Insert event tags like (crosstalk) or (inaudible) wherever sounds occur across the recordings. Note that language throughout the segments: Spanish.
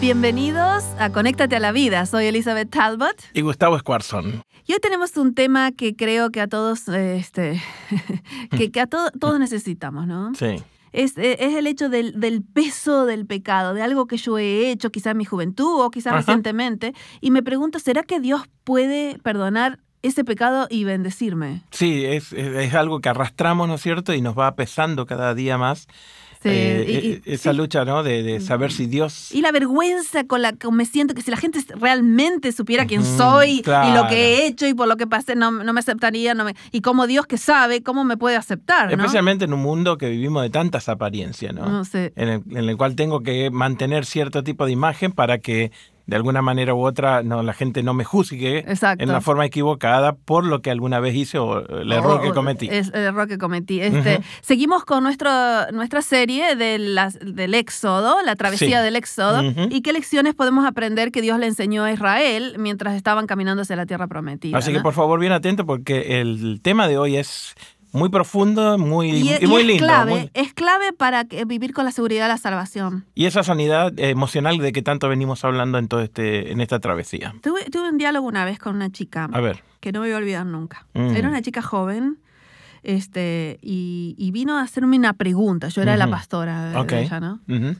Bienvenidos a Conéctate a la Vida. Soy Elizabeth Talbot. Y Gustavo Squarson. Y hoy tenemos un tema que creo que a todos, eh, este, (laughs) que, que a to- todos necesitamos, ¿no? Sí. Es, eh, es el hecho del, del peso del pecado, de algo que yo he hecho quizá en mi juventud o quizá Ajá. recientemente. Y me pregunto, ¿será que Dios puede perdonar ese pecado y bendecirme? Sí, es, es- es algo que arrastramos, ¿no es cierto? Y nos va pesando cada día más Sí, eh, y- y- eh, esa sí. lucha, ¿no? De, de saber si Dios... Y la vergüenza con la que me siento, que si la gente realmente supiera quién Ujú, soy y lo claro. que he hecho y por lo que pasé, no, no me aceptaría. No me, y como Dios que sabe, ¿cómo me puede aceptar? ¿no? Ah. Especialmente en un mundo que vivimos de tantas apariencias, ¿no? No sé. En, el, en el cual tengo que mantener cierto tipo de imagen para que de alguna manera u otra no, la gente no me juzgue Exacto. en la forma equivocada por lo que alguna vez hice o el error O- que o- cometí. Oh, Es, el error que cometí. Este, Ujú. Seguimos con nuestro, nuestra serie de las- del Éxodo, la travesía Sí. del Éxodo, Ujú. y qué lecciones podemos aprender que Dios le enseñó a Israel mientras estaban caminando hacia la tierra prometida. Así que ¿no? por favor, bien atento porque el tema de hoy es muy profundo, muy, y, y, e- y muy es lindo. clave, muy- es clave para que- vivir con la seguridad de la salvación. y esa sanidad eh, emocional de que tanto venimos hablando en, todo este, en esta travesía. Tuve, tuve un diálogo una vez con una chica A ver. que no me voy a olvidar nunca. Mm. Era una chica joven este, y, y vino a hacerme una pregunta. Yo era la Ujú. pastora de- de Ok. ella, ¿no? Ujú.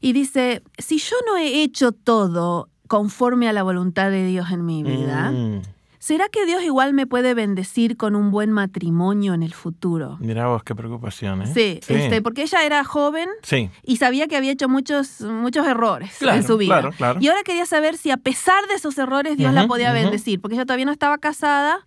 Y dice, si yo no he hecho todo conforme a la voluntad de Dios en mi vida, Mm, ¿será que Dios igual me puede bendecir con un buen matrimonio en el futuro? mirá vos, qué preocupación. ¿eh? Sí, este, porque ella era joven Sí. y sabía que había hecho muchos, muchos errores Claro, en su vida. claro, claro. Y ahora quería saber si a pesar de esos errores Dios la Ujú, podía ujú. bendecir, porque ella todavía no estaba casada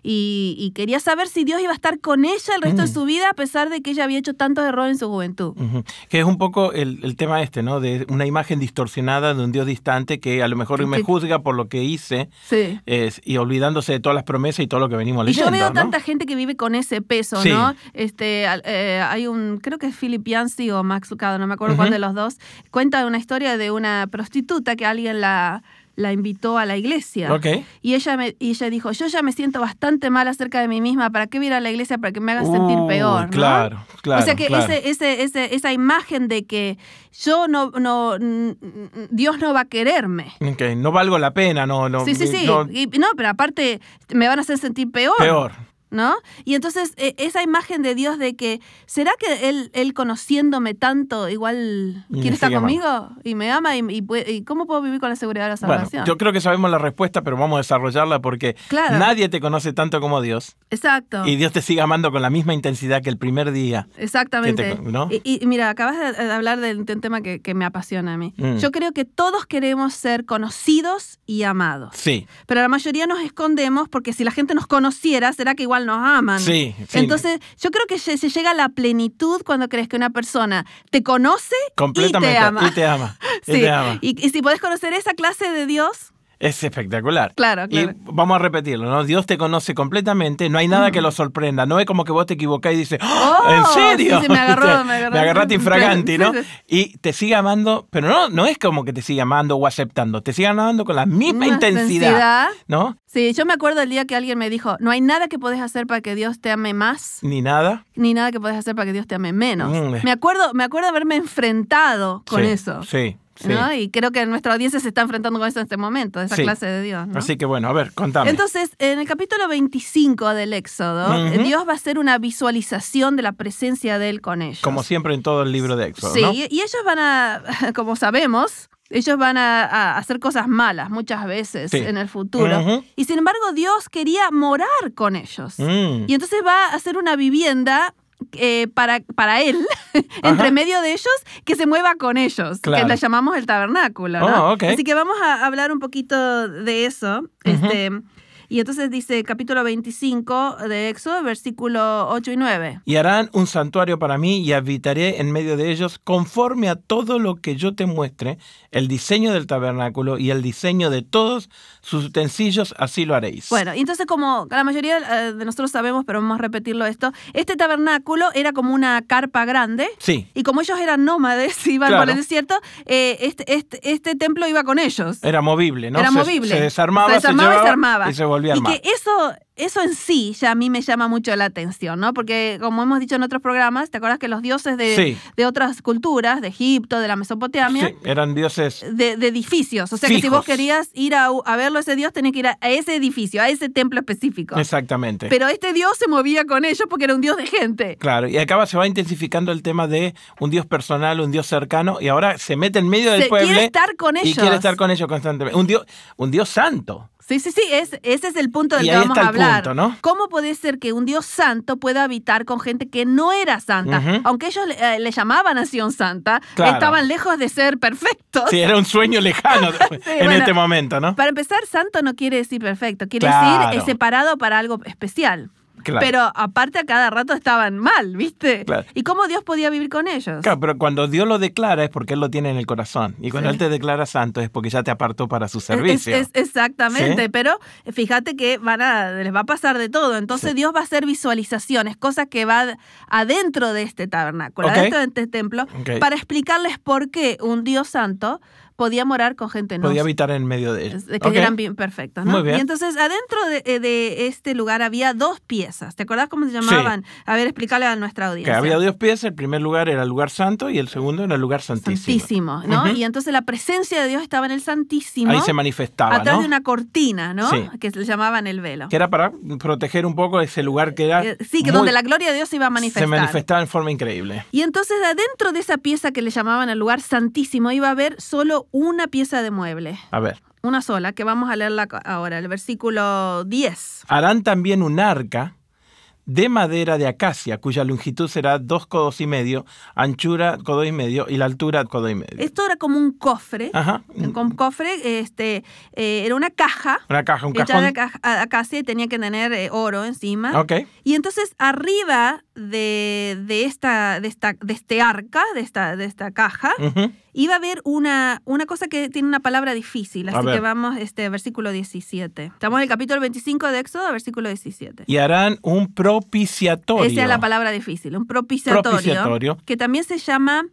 y, y quería saber si Dios iba a estar con ella el resto de Mm. su vida a pesar de que ella había hecho tantos errores en su juventud. Ujú. Que es un poco el, el tema este, ¿no? De una imagen distorsionada de un Dios distante que a lo mejor Que- me que- juzga por lo que hice Sí. es- y olvidándose de todas las promesas y todo lo que venimos Y yo leyendo. veo ¿no? tanta gente que vive con ese peso, Sí. ¿no? Este, al- eh, hay un, creo que es Philip Yancey o Max Lucado, no me acuerdo cuál Ujú. de los dos, cuenta una historia de una prostituta que alguien la, la invitó a la iglesia. Ok. Y ella, me, y ella dijo, yo ya me siento bastante mal acerca de mí misma, ¿para qué voy a ir a la iglesia para que me haga sentir Uy, peor? ¿no? Uh, Claro, claro. o sea que claro. ese, ese, ese- esa imagen de que yo no, no, n- n- Dios no va a quererme. Ok, no valgo la pena, no, no. sí, sí, sí. no- Y- no, pero aparte me van a hacer sentir peor. ¿no? Y entonces e- esa imagen de Dios de que, ¿será que Él, él conociéndome tanto igual Y me quiere estar sigue conmigo? Y me ama y, y pue- y ¿cómo puedo vivir con la seguridad de la Bueno, salvación? yo creo que sabemos la respuesta, pero vamos a desarrollarla porque Claro. nadie te conoce tanto como Dios. Exacto. Y Dios te sigue amando con la misma intensidad que el primer día. Exactamente. que te- ¿no? y, y mira, acabas de de hablar de un de un tema que, que me apasiona a mí. Mm. Yo creo que todos queremos ser conocidos y amados, Sí, pero la mayoría nos escondemos porque si la gente nos conociera, será que igual nos aman. sí, sí. Entonces, yo creo que se se llega a la plenitud cuando crees que una persona te conoce completamente. y te ama. Y te (laughs) ama. y Sí, te ama. Y, y si podés conocer esa clase de Dios, Es espectacular. claro, claro. Mm. Y vamos a repetirlo, ¿no? Dios te conoce completamente, no hay nada que lo sorprenda, no es como que vos te equivocás y dices, "¡Ah! Oh, ¿en serio? sí, sí, me agarró, (laughs) O sea, me agarró. agarraste infraganti, (laughs) ¿no? Sí, sí. Y te sigue amando, pero no, no es como que te sigue amando o aceptando, te sigue amando con la misma Una intensidad. intensidad, ¿no? Sí, yo me acuerdo el día que alguien me dijo, no hay nada que podés hacer para que Dios te ame más, Ni nada. ni nada que podés hacer para que Dios te ame menos. Mm. Me acuerdo, me acuerdo haberme enfrentado con Sí, eso. Sí, sí. ¿no? Y creo que nuestra audiencia se está enfrentando con eso en este momento, esa Sí. clase de Dios. ¿no? Así que bueno, a ver, contame. Entonces, en el capítulo 25 del Éxodo, Ujú. Dios va a hacer una visualización de la presencia de Él con ellos. como siempre en todo el libro de Éxodo, Sí, ¿no? y y ellos van a, (laughs) como sabemos, ellos van a, a hacer cosas malas muchas veces Sí. en el futuro. Ujú. Y sin embargo, Dios quería morar con ellos. Mm. Y entonces va a hacer una vivienda eh, para, para Él, (laughs) entre Ajá. medio de ellos, que se mueva con ellos, Claro. que la llamamos el tabernáculo. ¿no? Oh, ok. Así que vamos a hablar un poquito de eso. Ujú. este, Y entonces dice capítulo 25 de Éxodo, versículo 8 y 9. Y harán un santuario para mí y habitaré en medio de ellos conforme a todo lo que yo te muestre, el diseño del tabernáculo y el diseño de todos sus utensilios, así lo haréis. Bueno, y entonces como la mayoría eh, de nosotros sabemos, pero vamos a repetirlo esto, este tabernáculo era como una carpa grande. Sí, Y como ellos eran nómades, (laughs) iban Claro. por el desierto, eh, este, este, este templo iba con ellos. era movible, ¿no? Era Se- movible. Se, desarmaba, Se desarmaba y se llevaba armaba. y se volvía a Y armar. que eso, eso en sí ya a mí me llama mucho la atención, ¿no? Porque como hemos dicho en otros programas, ¿te acuerdas que los dioses de, Sí. de otras culturas, de Egipto, de la Mesopotamia, Sí, eran dioses de, de edificios? O sea que si Fijos. vos querías ir a, a verlo a ese dios, tenías que ir a, a ese edificio, a ese templo específico. exactamente. Pero este dios se movía con ellos porque era un dios de gente. Claro, y acá se va intensificando el tema de un dios personal, un dios cercano, y ahora se mete en medio del Se- pueblo ¿eh? quiere estar con ellos. y quiere estar con ellos constantemente. Un dios, un dios santo. Sí, sí, sí, es, ese es el punto del Y que ahí vamos está a el hablar. punto, ¿no? ¿Cómo puede ser que un Dios santo pueda habitar con gente que no era santa? Ujú. Aunque ellos le, eh, le llamaban nación santa, Claro. estaban lejos de ser perfectos. Sí, era un (laughs) sueño lejano en bueno. este momento, ¿no? Para empezar, santo no quiere decir perfecto, quiere Claro. decir eh, separado para algo especial. Claro. Pero aparte a cada rato estaban mal, ¿viste? Claro. ¿Y cómo Dios podía vivir con ellos? Claro, pero cuando Dios lo declara es porque Él lo tiene en el corazón. Y cuando Sí. Él te declara santo es porque ya te apartó para su Es- servicio. es- exactamente, Sí. pero fíjate que van a, les va a pasar de todo. Entonces Sí. Dios va a hacer visualizaciones, cosas que va ad- adentro de este tabernáculo, Ok. adentro de este templo, Ok. para explicarles por qué un Dios santo podía morar con gente no Podía habitar en medio de Él. es- que Ok. eran bien perfectos. ¿no? Muy bien. Y entonces adentro de, de este lugar había dos piezas. ¿Te acordás cómo se llamaban? A ver, explícale a nuestra Que audiencia. había dos pies, el primer lugar era el lugar santo y el segundo era el lugar santísimo. Santísimo, ¿no? Ujú. Y entonces la presencia de Dios estaba en el Santísimo. Ahí se manifestaba, Atrás ¿no? de una cortina, ¿no? Sí. Que le llamaban el velo. Que era para proteger un poco ese lugar que era. Eh, Sí, que Ah, muy- donde la gloria de Dios se iba a Se manifestar. manifestaba en forma increíble. Y entonces adentro de esa pieza que le llamaban el lugar santísimo iba a haber solo una pieza de mueble, A ver. una sola, que vamos a leerla co- ahora, el versículo 10. Harán también un arca de madera de acacia, cuya longitud será dos codos y medio, anchura codo y medio y la altura codo y medio. Esto era como un cofre, eh, Ajá. con cofre, este, eh, era una caja Una caja, un hecha de cajón. aca- a- acacia y tenía que tener eh, oro encima. Ok. Y entonces arriba de, de esta, de, esta, de este arca, de esta, de esta caja, Ujú. Iba a haber una, una cosa que tiene una palabra difícil, A así que ver. vamos, este, versículo 17. Estamos en el capítulo 25 de Éxodo, versículo 17. Y harán un propiciatorio. Esa es la palabra difícil, un propiciatorio, Propiciatorio. que también se llama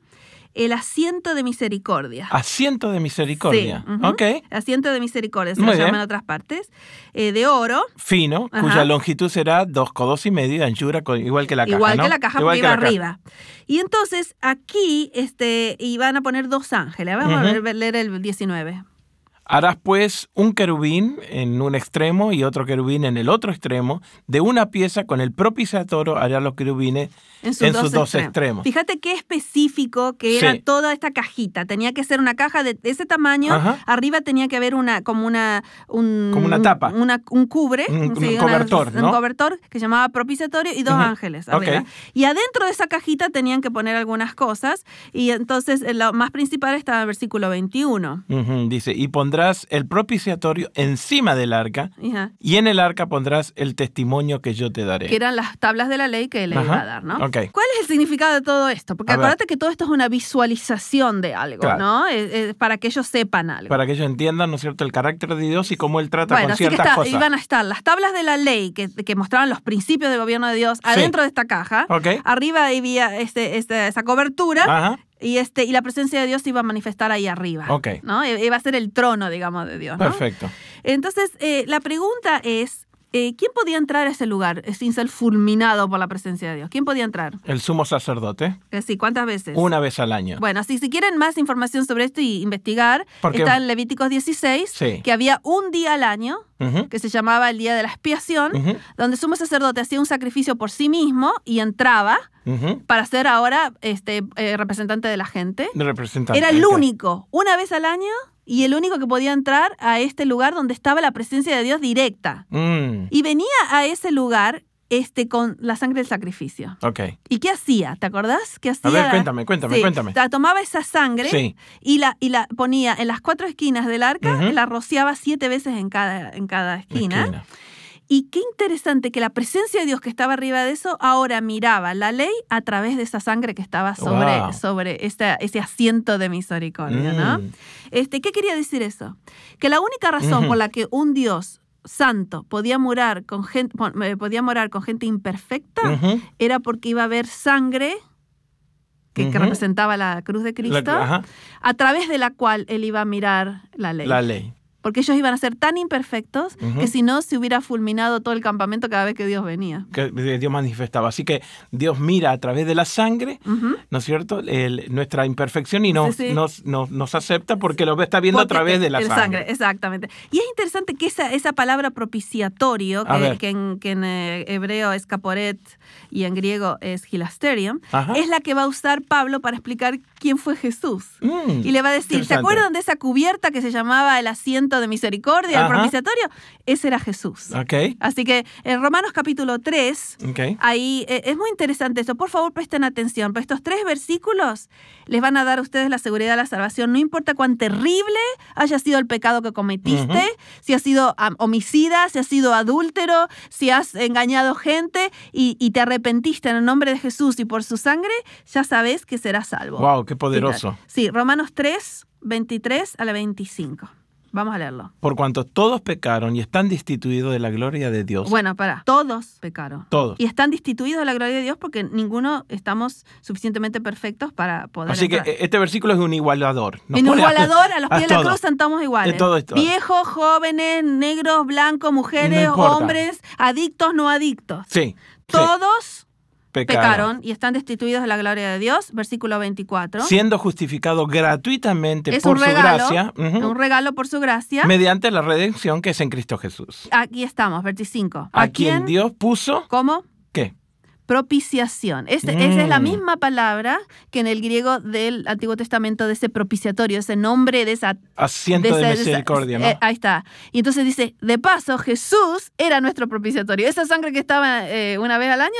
el asiento de misericordia. Ah. Asiento de misericordia. Sí, ujú. Ok. Asiento de misericordia, se Muy lo llama bien. en otras partes, eh, de oro, Fino, Ajá. cuya longitud será dos codos y medio y anchura co- igual que la caja. igual ¿no? que la caja Igual porque que iba la caja. arriba. Y entonces aquí este, iban a poner dos ángeles, vamos a Ujú. ver- leer el 19. Harás pues un querubín en un extremo y otro querubín en el otro extremo. De una pieza con el propiciatorio harás los querubines En sus, en dos, sus dos extremos. extremos. Fíjate qué específico que era Sí. toda esta cajita. Tenía que ser una caja de de ese tamaño. Ajá. Arriba tenía que haber una como una un, Como una tapa. una- un cubre, Un- un una- cobertor, ¿no? un cobertor que llamaba propiciatorio y dos Ujú. ángeles. arriba. Ok. Y adentro de esa cajita tenían que poner algunas cosas y entonces eh, lo más principal estaba el versículo 21. Ujú, Dice, y pondrás el propiciatorio encima del arca Ajá. y en el arca pondrás el testimonio que yo te daré. Que eran las tablas de la ley que le iba Ajá. a dar, ¿no? Ok. ¿Cuál es el significado de todo esto? Porque A ver. acuérdate que todo esto es una visualización de algo, Claro. ¿no? Es- es para que ellos sepan algo. Para que ellos entiendan, ¿no es cierto?, el carácter de Dios y cómo Él trata bueno, con así que ciertas está- cosas. iban a estar las tablas de la ley que, que mostraban los principios del gobierno de Dios adentro de esta caja. Ok. Ah. Arriba había este, este- esa cobertura Ajá. y, este, y la presencia de Dios se iba a manifestar ahí arriba. Ok. ¿no? I- Iba a ser el trono, digamos, de Dios. ¿no? Perfecto. Entonces, eh, la pregunta es, eh, ¿quién podía entrar a ese lugar eh, sin ser fulminado por la presencia de Dios? ¿Quién podía entrar? El sumo sacerdote, Eh, Sí, ¿cuántas veces? una vez al año. Bueno, así si quieren más información sobre esto y investigar, Porque- está en Levíticos 16, Sí. que había un día al año Ujú, que se llamaba el día de la expiación, ujú, donde el sumo sacerdote hacía un sacrificio por sí mismo y entraba ujú. para ser ahora este, eh, representante de la gente. Representante. Era el ok. único, una vez al año, y el único que podía entrar a este lugar donde estaba la presencia de Dios directa. Mm, Y venía a ese lugar este, con la sangre del sacrificio. Ok. ¿Y qué hacía? ¿Te acordás? ¿Qué hacía? A ver, cuéntame, cuéntame, ¿eh? Sí, cuéntame. La tomaba esa sangre Sí. y, la, y la ponía en las cuatro esquinas del arca, Ujú. la rociaba siete veces en cada, en cada esquina. Esquina. Y qué interesante que la presencia de Dios que estaba arriba de eso ahora miraba la ley a través de esa sangre que estaba sobre, Wow. sobre esta- ese asiento de misericordia, ¿no? Mm, Este, ¿Qué quería decir eso? Que la única razón Ujú. por la que un Dios santo podía morar con gente, pon- eh, podía morar con gente imperfecta ujú. era porque iba a haber sangre que, que Ujú. representaba la cruz de La- Cristo, ajá, a través de la cual él iba a mirar la ley. la ley. Porque ellos iban a ser tan imperfectos Ujú. que si no se hubiera fulminado todo el campamento cada vez que Dios venía. que Dios manifestaba. Así que Dios mira a través de la sangre, Ujú. ¿no es cierto?, El- nuestra imperfección y nos, Sí, sí. Nos, nos, nos acepta porque lo está viendo Porque- a través de la el sangre. Exactamente. Y es interesante que esa, esa palabra propiciatorio, A ver. que, que en, que en, eh, hebreo es caporet y en griego es hilasterium, Ajá. es la que va a usar Pablo para explicar quién fue Jesús. Mm, Y le va a decir, ¿se interesante. acuerdan de esa cubierta que se llamaba el asiento de misericordia, el Ajá. Ah. propiciatorio? Ese era Jesús. Ok, Así que en Romanos capítulo 3, ok. ahí eh, es muy interesante eso. Por favor, presten atención. Pues estos tres versículos les van a dar a ustedes la seguridad de la salvación. No importa cuán terrible haya sido el pecado que cometiste, Ujú. si has sido am, homicida, si has sido adúltero, si has engañado gente y, y te arrepentiste en el nombre de Jesús y por su sangre, ya sabes que serás salvo. Wow, qué poderoso. Sí, Romanos 3, 23 a la 25. Vamos a leerlo. Por cuanto todos pecaron y están destituidos de la gloria de Dios. Bueno, para. Todos pecaron. todos. Y están destituidos de la gloria de Dios porque ninguno estamos suficientemente perfectos para poder. Así que entrar. eh, este versículo es un igualador. Nos en un pone a- igualador, a los a pies de la todos. cruz estamos iguales. Eh, todo esto. Viejos, jóvenes, negros, blancos, mujeres, No importa. hombres, adictos, no adictos. Sí. sí, Todos pecaron. pecaron y están destituidos de la gloria de Dios. Versículo 24. Siendo justificado gratuitamente Es por un su regalo, gracia, ujú, Un regalo por su gracia. mediante la redención que es en Cristo Jesús. Aquí estamos, 25. A, quien Dios puso, ¿Cómo? ¿qué? propiciación. Es- Esa es la Mm. misma palabra que en el griego del Antiguo Testamento de ese propiciatorio, ese nombre de esa... Asiento de, esa- esa- misericordia, ¿no? eh, ahí está. Y entonces dice, de paso, Jesús era nuestro propiciatorio. Esa sangre que estaba eh, una vez al año,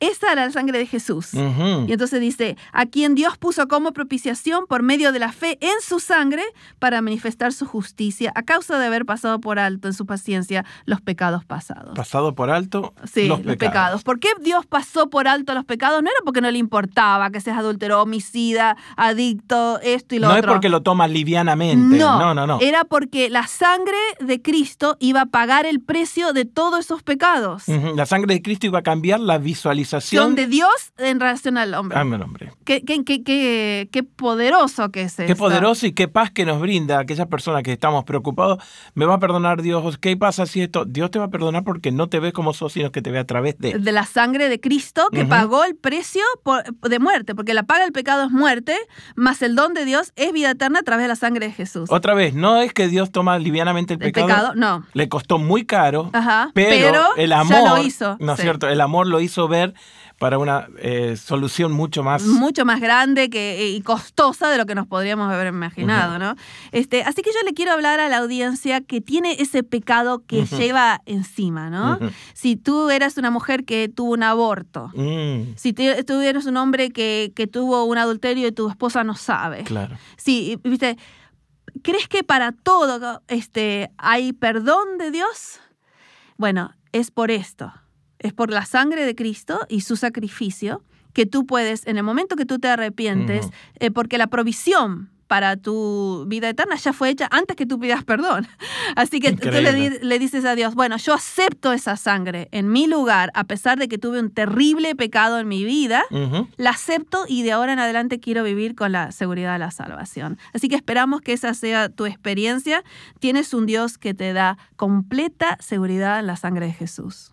esa era la sangre de Jesús. Ujú. Y entonces dice, a quien Dios puso como propiciación por medio de la fe en su sangre para manifestar su justicia a causa de haber pasado por alto en su paciencia los pecados pasados. Pasado por alto Sí, los los, pecados. pecados. ¿Por qué Dios pasó por alto los pecados? No era porque no le importaba que seas adúltero, homicida, adicto, esto y lo no es otro. porque lo tomas livianamente. No, No, no, no. Era porque la sangre de Cristo iba a pagar el precio de todos esos pecados. Ujú, La sangre de Cristo iba a cambiar la visualización De Dios en relación al hombre. Ah, mi nombre. Qué, qué- qué- qué- qué poderoso que es Qué esto. poderoso y qué paz que nos brinda a aquellas personas que estamos preocupados. ¿Me va a perdonar Dios? ¿Qué pasa si esto? Dios te va a perdonar porque no te ve como sos, sino que te ve a través de. de la sangre de Cristo que Ujú. pagó el precio por- de muerte, porque la paga del pecado es muerte, más el don de Dios es vida eterna a través de la sangre de Jesús. Otra vez, no es que Dios toma livianamente el el pecado. pecado, no. Le costó muy caro, Ajá, pero, pero el ya amor, lo hizo, ¿no es sí. cierto? El amor lo hizo ver para una eh, solución mucho más. mucho más grande que, eh, y costosa de lo que nos podríamos haber imaginado, ¿no? Este, así que yo le quiero hablar a la audiencia que tiene ese pecado que Ujú. lleva encima, ¿no? Ujú. Si tú eras una mujer que tuvo un aborto, Mm, si te- tú eres un hombre que, que tuvo un adulterio y tu esposa no sabe, claro. si, viste, ¿crees que para todo este, hay perdón de Dios? Bueno, es por esto, es por la sangre de Cristo y su sacrificio que tú puedes, en el momento que tú te arrepientes, Ujú. eh, porque la provisión para tu vida eterna ya fue hecha antes que tú pidas perdón. (laughs) Así que tú le, Increíble. di- le dices a Dios, bueno, yo acepto esa sangre en mi lugar, a pesar de que tuve un terrible pecado en mi vida, Ujú. la acepto y de ahora en adelante quiero vivir con la seguridad de la salvación. Así que esperamos que esa sea tu experiencia. Tienes un Dios que te da completa seguridad en la sangre de Jesús.